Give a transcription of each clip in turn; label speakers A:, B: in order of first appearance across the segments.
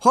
A: ホ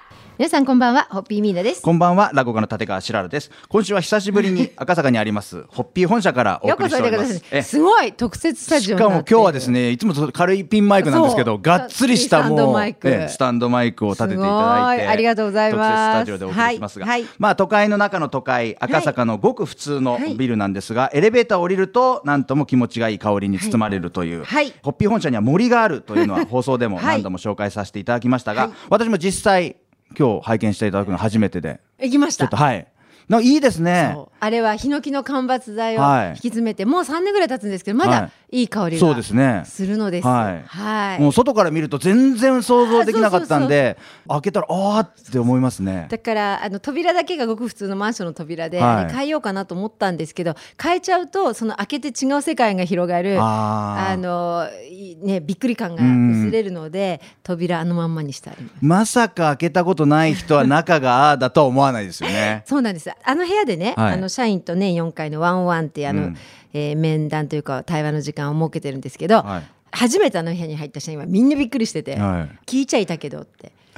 B: 皆さんこんばんは、ホッピーミーナです。
A: こんばんはラゴカの立川しららです今週は久しぶりに赤坂にありますホッピー本社からお
B: よ
A: 送
B: く
A: り
B: そ
A: し
B: れ
A: てお
B: で
A: り
B: く
A: ま
B: だ
A: す
B: さい。
A: え
B: すごい特設スタジ
A: し
B: オ。
A: かも今日はですすねいつもと軽いピンマイクなんですけど
B: そう
A: がっつりしたもう
B: がっつりスタンドマイク
A: ええスタンドマイクを立てていただい
B: す
A: て
B: ごいありがとうございま
A: 特設スタ
B: す
A: ジオでお送りしますが、
B: はいはい
A: まあ都会の中の都会赤坂のごく普通のビルなんですが、エレベーターを降りるとなんとも気持ちがいい香りに包まれるという、
B: はいはい
A: ホッピー本社には森があるというのは放送でも何度も紹介させていただきましたが、私も実際今日拝見していただくの初めてで
B: 行きまし
A: ちょ
B: た
A: っと。はいなんかいいですね
B: そうあれはヒノキの間伐材を
A: はい
B: 引き詰めて、もう3年ぐらい経つんですけどまだ
A: はい
B: いい香り
A: そうですね
B: がするのです。
A: はい
B: はい
A: もう外から見ると全然想像できなかったんで開けたらあーって思いますね
B: だからあの扉だけがごく普通のマンションの扉で、
A: はい
B: あれ変えようかなと思ったんですけど変えちゃうとその開けて違う世界が広がる
A: あー
B: あの、いね、びっくり感が薄れるので扉あのまんまにしてあります。
A: まさか開けたことない人は中がああだとは思わないですよね
B: そうなんですあの部屋でね、
A: はい
B: あの社員と年4回のワンオンワンっていうあの、えー面談というか対話の時間を設けてるんですけど、
A: はい
B: 初めてあの部屋に入った社員はみんなびっくりしてて、
A: はい
B: 聞いちゃいたけどって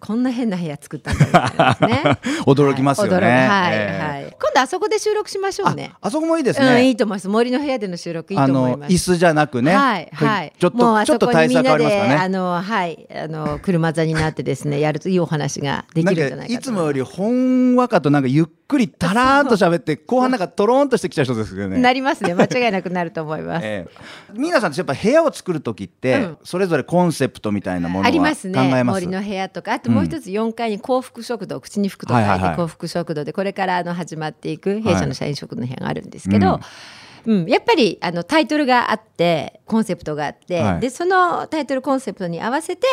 B: こんな変な部屋作ったんだみたいなですね
A: 驚きますよね
B: はい驚くはい
A: ええ
B: はい今度 あそこで収録しましょうね
A: ああそこもいいですね、
B: うん、いいと思います森の部屋での収録いいと
A: あ
B: 思い
A: の
B: ます
A: 椅子じゃなくね、
B: はいはい、
A: ちょっ
B: もう
A: と
B: あ
A: ちょ
B: そ
A: っと
B: こに
A: 対
B: みん
A: 策
B: な
A: あります
B: で
A: か
B: あ
A: ね
B: のはいあの車座になってですねやるといいお話ができるんじゃ
A: な
B: なんい
A: か
B: か
A: い
B: と
A: つ
B: 思いま
A: も
B: す
A: よりほんわかとなんかゆっくりたらーんと喋って後半なんかとろーんとしてきちゃう人ですよね
B: なりますね間違いなくなると思います。
A: ええ、皆さんってやっぱ部屋を作る時って、
B: うん
A: それぞれコンセプトみたいなものは考
B: あり
A: えま
B: ます
A: す
B: ね森の部屋とかあともう一つ4階に幸福食堂、口に服と書い
A: はいはいは
B: て
A: い
B: 幸福食堂でこれからあの始まっていく弊社の社員食堂の部屋があるんですけど、うんやっぱりあのタイトルがあってコンセプトがあって、
A: はい
B: でそのタイトルコンセプトに合わせて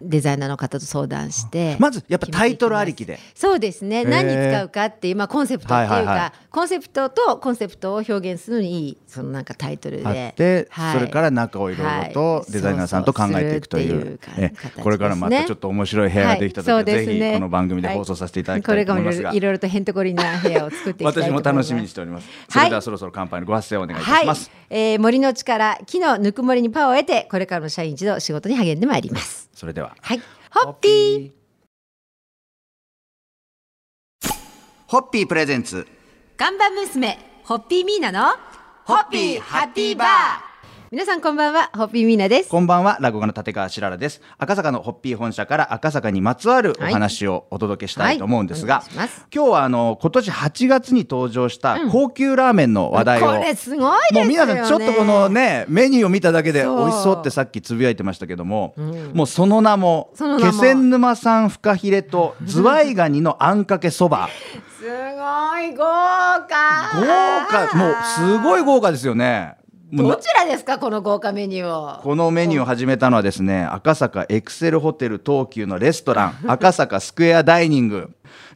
B: デザイナーの方と相談して
A: まずやっぱタイトルありきで
B: そうですね
A: ー
B: 何に使うかっていう、まあ、コンセプトっていうか、
A: はいはいは
B: コンセプトとコンセプトを表現するのにいいそのなんかタイトルで
A: あって、
B: はい
A: それから中をいろいろ
B: は
A: とデザイナーさんと考えていくという,、
B: そそするっていう
A: え
B: 形ですね
A: これからまたちょっと面白い部屋ができた時は、
B: はいそうです
A: ぜ
B: ね
A: ひこの番組で放送させていただきたいと思いますが、
B: はいこれからもいろいろいろいろとへんてこりんな部屋を作っていきたいと
A: 私
B: 思い
A: も
B: ます
A: 楽しみにしております、それではそろそろ乾杯のご発声をお願いいたします、
B: はい、えー森の力木のぬくもりにパワーを得てこれからの社員一同仕事に励んでまいります
A: それでは
B: はいホッピー
A: ホッピープレゼンツ
B: ガンバ娘ホッピーミーナの
A: ホッピーハッピーバー
B: 皆さんこんばんはホッピーミーナです
A: こんばんは、ラゴガの立川しららです。赤坂のホッピー本社から赤坂にまつわるお話をお届けしたいと思うんですが、
B: はいはいお願いします
A: 今日はあの今年8月に登場した高級ラーメンの話題を、
B: これすごいですよね
A: もう皆さんちょっとこのねメニューを見ただけで美
B: そう
A: 味しそうってさっきつぶやいてましたけども、もうその名も
B: その名
A: 気
B: も
A: 仙沼産フカヒレとズワイガニのあんかけそば
B: すごい豪華
A: 豪華もうすごい豪華ですよね。もう
B: どちらですかこの豪華メニューを
A: このメニューを始めたのはですね赤坂エクセルホテル東急のレストラ ン赤坂スクエアダイニング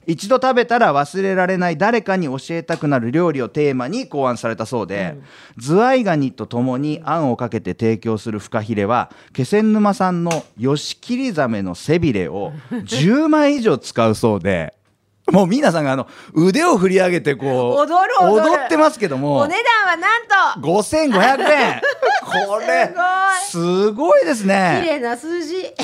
A: 一度食べたら忘れられない誰かに教えたくなる料理をテーマに考案されたそうで、ズワイガニとともにあんをかけて提供するフカヒレは気仙沼産のヨシキリザメの背びれ を10枚以上使うそうで。もう皆さんがあの腕を振り上げてこう
B: 踊る踊る
A: 踊ってますけども
B: お値段はなんと
A: 五千五百円。これすごいです
B: 綺
A: ね。
B: 麗な数字
A: え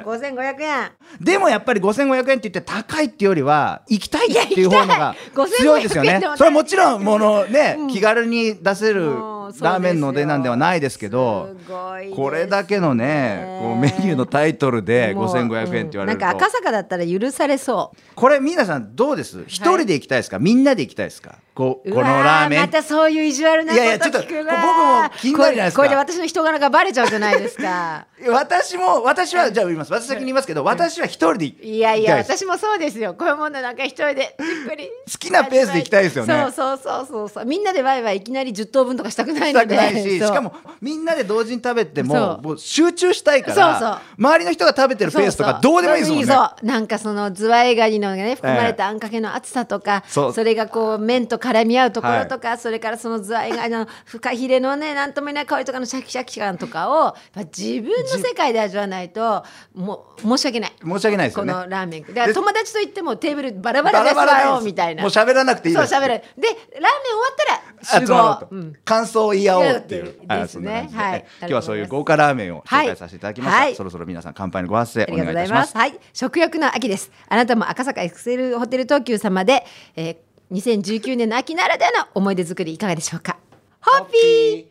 A: え
B: 五千五百円
A: でもやっぱり五千五百円って言って高いっていうよりは行きたいっていう方のが
B: 行きたい
A: 強いですよ
B: 5500円
A: ね
B: でも。
A: それはもちろんものね気軽に出せる
B: もうそうですよ
A: ラーメンの出なんではないですけど
B: すごいですね
A: これだけのねこうメニューのタイトルで
B: も
A: 五
B: う
A: 千五百円って言われる
B: うんなんか
A: と
B: 赤坂だったら許されそう
A: これ皆さんどうです一人で行きたいですかみんなで行きたいですかこう
B: う
A: こ
B: わ
A: のラーメン
B: またそういう意地悪なこ
A: い
B: と
A: やいやちょっと
B: 聞くわ
A: 僕も気になるじゃないですか
B: これこれで私の人柄がバレちゃうじゃないです か
A: 私も私はじゃあ言います私先に言いますけど私は一人で行きたいです
B: いやいや私もそうですよこういうものなんか一人でじっくり
A: 好きなペースで行きたいですよね
B: そうそうそうそうそうみんなでワイワイいきなり10等分とかしたくない
A: した
B: の
A: く
B: で
A: ないしし
B: そう
A: かもみんなで同時に食べて
B: そ
A: も
B: う
A: もう集中したいから
B: そうそう
A: 周りの人が食べてるペースとかどうでもいいですもんね
B: そうそうそうなんかそのズワイガニのね含まれたあんかけの厚さとか、
A: そう
B: それがこう麺と絡み合うところとか、それからそのズワイガニのフカヒレのねなんともいない香りとかのシャキシャキ感とかをやっぱ自分の世界で味わわないともう申し訳ない
A: 申し訳ないです
B: こ
A: よね
B: のラーメンだから
A: で
B: 友達と行ってもテーブルバラバラで座ろうみたいな
A: もう喋らなくていい
B: そう
A: です
B: 喋るでラーメン終わった
A: 集ま
B: ら
A: ろう
B: 集
A: と、
B: 合、うん
A: 感想を言い合おうっていう
B: ですね
A: 感じで、
B: はい
A: え今日はそういう豪華ラーメンを紹介させていただきました、
B: はいはい
A: そろそろ皆さん乾杯のご発声
B: あ
A: お
B: りがと
A: 願いうい
B: ござ
A: たしま
B: いますす。はい、食欲の秋です。あなたも赤坂エクセルホテル東急様で、えー、2019年の秋ならではの思い出作りいかがでしょうか。ホッピー。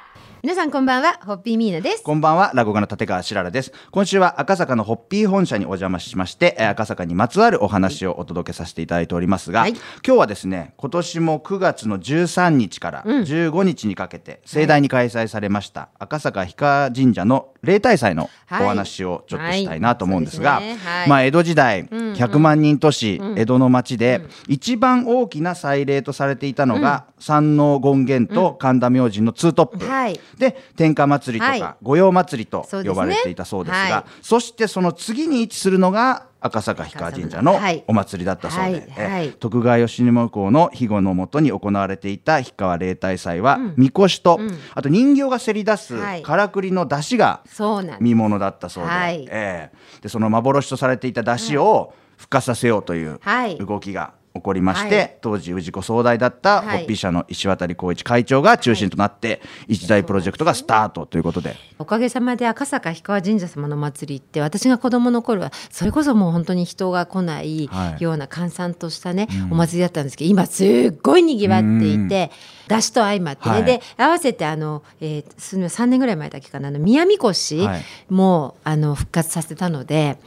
B: 皆さんこんばんはホッピーミーナです
A: こんばんは、落語家の立川しららです。今週は赤坂のホッピー本社にお邪魔しまして、えー赤坂にまつわるお話をお届けさせていただいておりますが、
B: はい
A: 今日はですね、今年も9月の13日から15日にかけて、盛大に開催されました、赤坂氷川神社の例大祭のお
B: はい
A: 話をちょっとしたいなと思うんですが、
B: はいそうですねはい
A: まあ、江戸時代、100万人都市、江戸の町で、一番大きな祭礼とされていたのが、山王権現と神田明神のツートップ。
B: はい
A: で天下祭りとか、
B: はい
A: 御用祭りと
B: そうです
A: 呼
B: ね
A: ばれていたそうですがそ
B: は
A: してその次に位置するのが赤坂氷川神社の
B: 赤坂はい
A: お祭りだったそうで、
B: はいはい
A: え徳川吉沼公の庇護のもとに行われていた氷川例大祭は、みこしと、あと人形がせり出す
B: はい
A: からくりの出汁が
B: そうなんです
A: 見物だったそうで,、
B: はい
A: ええでその幻とされていた出汁を復活させようという
B: はい
A: 動きが起こりまして、
B: はい
A: 当時氏子総代だったホ
B: はい
A: ッピー社の石渡浩一会長が中心となって、一大プロジェクトがスタートということで。
B: おかげさまで赤坂氷川神社様の祭りって私が子供の頃はそれこそもう本当に人が来ない
A: はい
B: ような閑散としたね、お祭りだったんですけど今すっごいにぎわっていて、出汁と相まってね、
A: はい
B: で合わせてあの、えー、す3年ぐらい前だっけかなあの宮みこし
A: はい
B: も、あの復活させたので。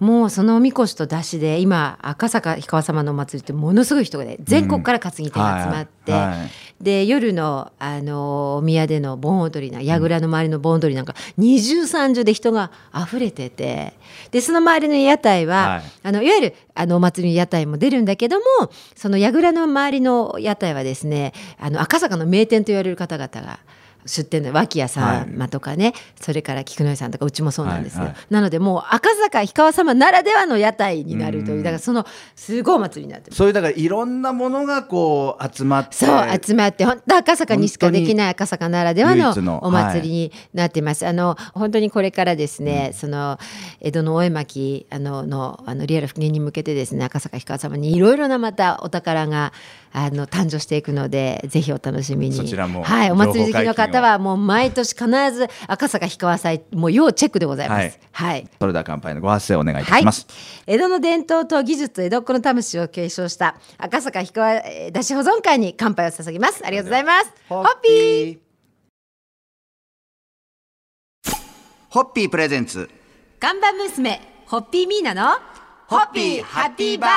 B: もうそのおみこしと出汁で今赤坂氷川様のお祭りってものすごい人がね全国から担ぎ手が集まって、
A: はいはい
B: で夜の、あのお宮での盆踊りな櫓の周りの盆踊りなんか二重三重で人が溢れててでその周りの屋台は、
A: はい
B: い、あのいわゆるあのお祭りの屋台も出るんだけどもその櫓の周りの屋台はですねあの赤坂の名店と言われる方々が。出店の脇屋さんまとかね、それから菊野井さんとかうちもそうなんですけど、
A: はいは
B: なのでもう赤坂氷川様ならではの屋台になるというだからそのすごいお祭りになってます
A: そういうだからいろんなものがこう集まって
B: そう集まって本当赤坂にしかできない赤坂ならでは
A: 唯一の
B: のお祭りになってます。あの本当にこれからですね、その江戸の大絵巻あののあのリアル復元に向けてですね赤坂氷川様にいろいろなまたお宝があの誕生していくのでぜひお楽しみに。
A: そちらも
B: はいお祭り好き
A: 情報
B: の
A: 解禁を
B: 方はもう毎年必ず赤坂氷川祭もう要チェックでございます。はい
A: それでは乾杯のご発声をお願いいたします。
B: はい、江戸の伝統と技術と江戸っ子の魂を継承した赤坂氷川えー出汁保存会に乾杯を捧げますありがとうございますホッピー
A: ーホッピープレゼンツ
B: 看板娘ホッピーミーナの
A: ホッピーハッピーバー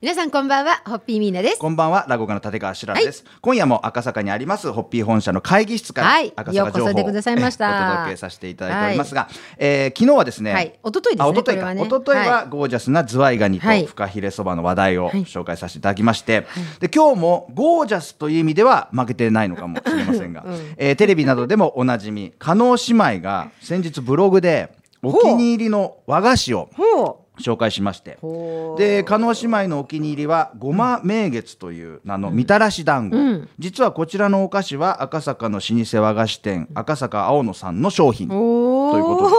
B: 皆さんこんばんはホッピーミーナです
A: こんばんは、ラゴカの立川しららです、今夜も赤坂にあります、ホッピー本社の会議室から、
B: はい
A: 赤坂情報を
B: ようこそでくださいました
A: えお届けさせていただいておりますが、えー昨日はですね、
B: はい一昨日ですね
A: あ一昨日
B: これ
A: か
B: は
A: 一
B: ね
A: 昨日は
B: は
A: ゴージャスなズワイガニと
B: はい
A: フカヒレそばの話題を紹介させていただきまして、で今日もゴージャスという意味では負けてないのかもしれませんが、えーテレビなどでもおなじみ、加納姉妹が先日ブログで、お気に入りの和菓子を
B: ほ
A: 紹介しまして、
B: うほう
A: で加納姉妹のお気に入りはごま名月という名のみたらし団子、実はこちらのお菓子は赤坂の老舗和菓子店赤坂青野さんの商品、
B: お
A: ということで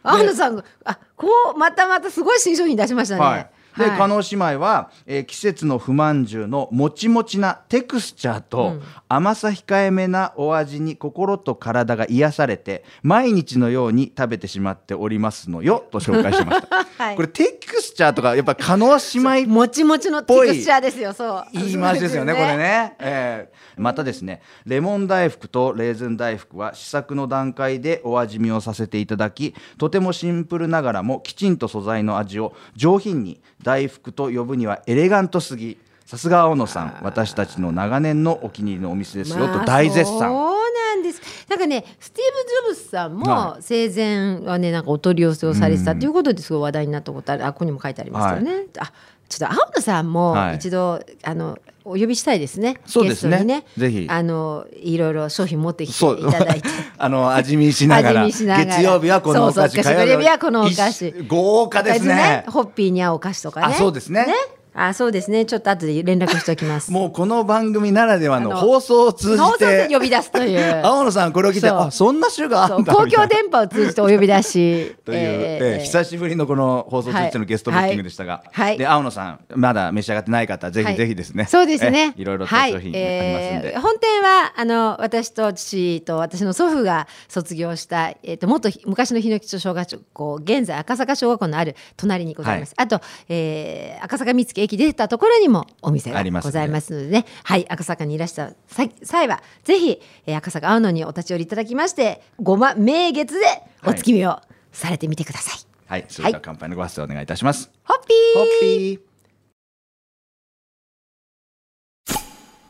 B: アンナさんがあこうまたまたすごい新商品出しましたね、
A: はいで、
B: はい
A: 加納姉妹は、えー季節の不満中のもちもちなテクスチャーと、甘さ控えめなお味に心と体が癒されて毎日のように食べてしまっておりますのよと紹介しました、
B: はい
A: これテクスチャーとかやっぱ加納姉妹
B: もちもちのテクスチャーですよそう
A: 言い回しですよね、これね、ええまたですね、レモン大福とレーズン大福は試作の段階でお味見をさせていただき、とてもシンプルながらもきちんと素材の味を上品に大福と呼ぶにはエレガントすぎ。さすが青野さん、私たちの長年のお気に入りのお店ですよと大絶賛。
B: まあそうなんです。なんかね、スティーブ・ジョブズさん
A: は
B: も生前はね、なんかお取り寄せをされてたということですごい話題になったことある。あ、ここにも書いてありますよね。あ、ちょっと青野さんも
A: はい
B: 一度、あのお呼びしたいですね。
A: そうですね
B: ゲストにね
A: ぜひ
B: あのいろいろ商品持ってきて
A: そ
B: いうただいて。
A: あの味見しながら
B: 味見しながら
A: 月曜日はこのお菓子
B: そうそう月曜日はこのお菓子
A: 火曜日は豪華ですね
B: ホッピーに合うお菓子とかね。
A: あそうですね
B: あそうですねちょっと後で連絡してお きます
A: もうこの番組ならではの
B: あの
A: 放送を通じ
B: 放送
A: て
B: で呼び出すと いう
A: 青野さんこれを聞いて
B: そう
A: あそんな週があ
B: そ
A: るん
B: う
A: だ
B: 公
A: みたい
B: 共
A: な
B: 電波を通じてお呼び出し
A: という、えー
B: えー
A: 久しぶりのこの放送通じてのゲストブッキングでしたが、
B: はいはい
A: で青野さんまだ召し上がってない方ぜひ、
B: はい
A: ぜひですね
B: そうですね。
A: えーいろいろと
B: はい
A: 商品ありますんで、
B: えー本店はあの私と父と私の祖父が卒業したえっ、と元ひ昔の日野基町小学校現在赤坂小学校のある隣にございます。あと、えー赤坂見附駅出たところにもお店
A: あ
B: が
A: りますね
B: ございますのでね。はい赤坂にいらした際際はぜひ、えー赤坂青野にお立ち寄りいただきましてごま名月でお月見をされてみてください。
A: はいそれでは乾杯のご発声お願いいたします、
B: ホッピー。
A: ホッピー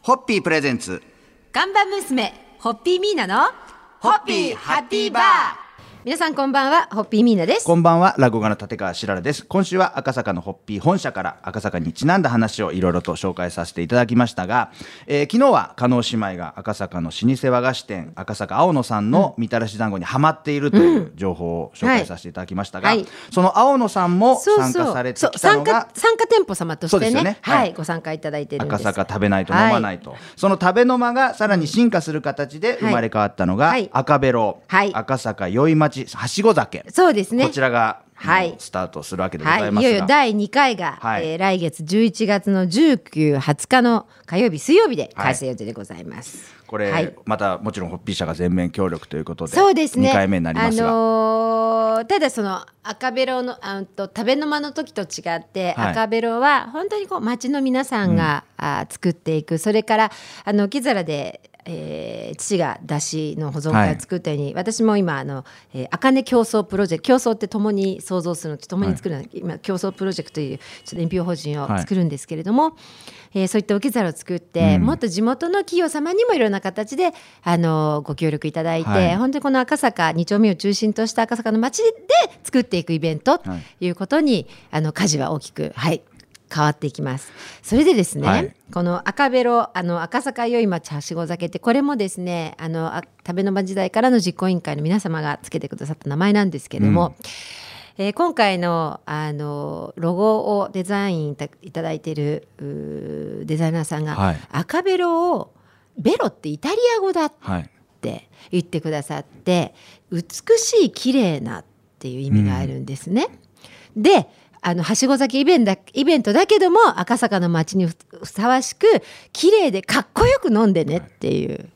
A: ホッピープレゼンツ
B: ガンバ娘、ホッピーミーナの、
A: ホッピーハッピーバー
B: 皆さんこんばんは、ホッピーミーナです。
A: こんばんは、落語家の立川しららです。今週は赤坂のホッピー本社から赤坂にちなんだ話をいろいろと紹介させていただきましたが、えー昨日は加納姉妹が赤坂の老舗和菓子店、赤坂青野さんのみたらし団子にハマっているという情報を紹介させていただきましたが、
B: はいはい
A: その青野さんも参加されて
B: そう
A: きた
B: 参
A: のが
B: 加、参加店舗様とし
A: そうで
B: て
A: す
B: ね
A: よね
B: はい、
A: はい
B: ご参加いただいてるんで
A: 赤
B: す
A: 坂食べないと飲まないと、その食べの間がさらに進化する形で生まれ変わったのが、
B: はい
A: 赤べろ、
B: はい
A: 赤坂宵町はしご酒、
B: そうですね
A: こちらが、
B: はい
A: スタートするわけでござい
B: は
A: ま
B: い、
A: すが、
B: いよいよ第2回が、
A: はい
B: えー来月11月の19、20日の火曜日、水曜日で開催予定でございます。
A: これ、
B: はい
A: またもちろんホッピー社が全面協力ということで
B: そうですね。
A: 2回目になりますが、
B: あのーただその赤べろのあんと食べの間の時と違って、
A: はい
B: 赤べろは本当にこう町の皆さんが、あー作っていくそれからあの木皿で。えー父が出汁の保存
A: は
B: 会
A: い
B: を作ったように、私も今あの、えー、茜競争プロジェクト競争って共に創造するのと共に作るの、今競争プロジェクトというちょっと伝票法人を作るんですけれども、えーそういった受け皿を作って、もっと地元の企業様にもいろんな形であのご協力いただいて、
A: はい
B: 本当にこの赤坂2丁目を中心とした赤坂の街で作っていくイベントということに、あの舵は大きく、はい、変わっていきます。それでですね、
A: はい
B: この赤べろあの赤坂宵町はしご酒ってこれもですねあのあ食べの場時代からの実行委員会の皆様がつけてくださった名前なんですけれども。えー今回のあのロゴをデザインいたいただいているうーデザイナーさんが、
A: はい
B: 赤ベロをベロってイタリア語だっ
A: はい、
B: って言ってくださって美しい綺麗なっていう意味があるんですね。であのはしご酒イベントだイベントだけども赤坂の街にふふさわしく綺麗でかっこよく飲んでねっていう、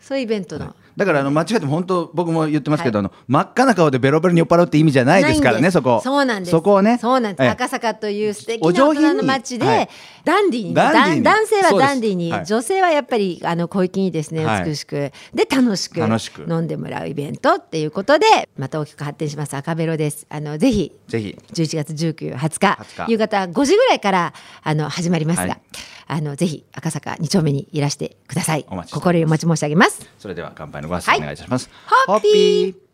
B: そういうイベントの、
A: だからあの間違っても本当僕も言ってますけど、あの真っ赤な顔でベロベロに酔っ払うって意味じゃないですから
B: ん
A: ねそこ
B: そうなんです
A: そこをね
B: そうなんです、
A: ええ
B: 赤坂という素敵
A: お
B: な
A: 上
B: 大
A: 品に
B: 人の街で、
A: はい
B: ダンディーに
A: ダンディーに
B: だん男
A: そ
B: 性は
A: うです
B: ダンディーに、
A: はい
B: 女性はやっぱりあの小粋にですね
A: はい
B: 美しく、で楽しく
A: 楽しく
B: 飲んでもらうイベントっていうことでまた大きく発展します赤ベロですあのぜひ
A: ぜひ
B: 11月19、20日
A: 20日
B: 夕方5時ぐらいからあの始まりますが、
A: はい
B: あのぜひ赤坂2丁目にいらしてください
A: お待ちしております
B: 心よりお待ち申し上げます
A: それでは乾杯のご発声お願いいたします、
B: ホッピー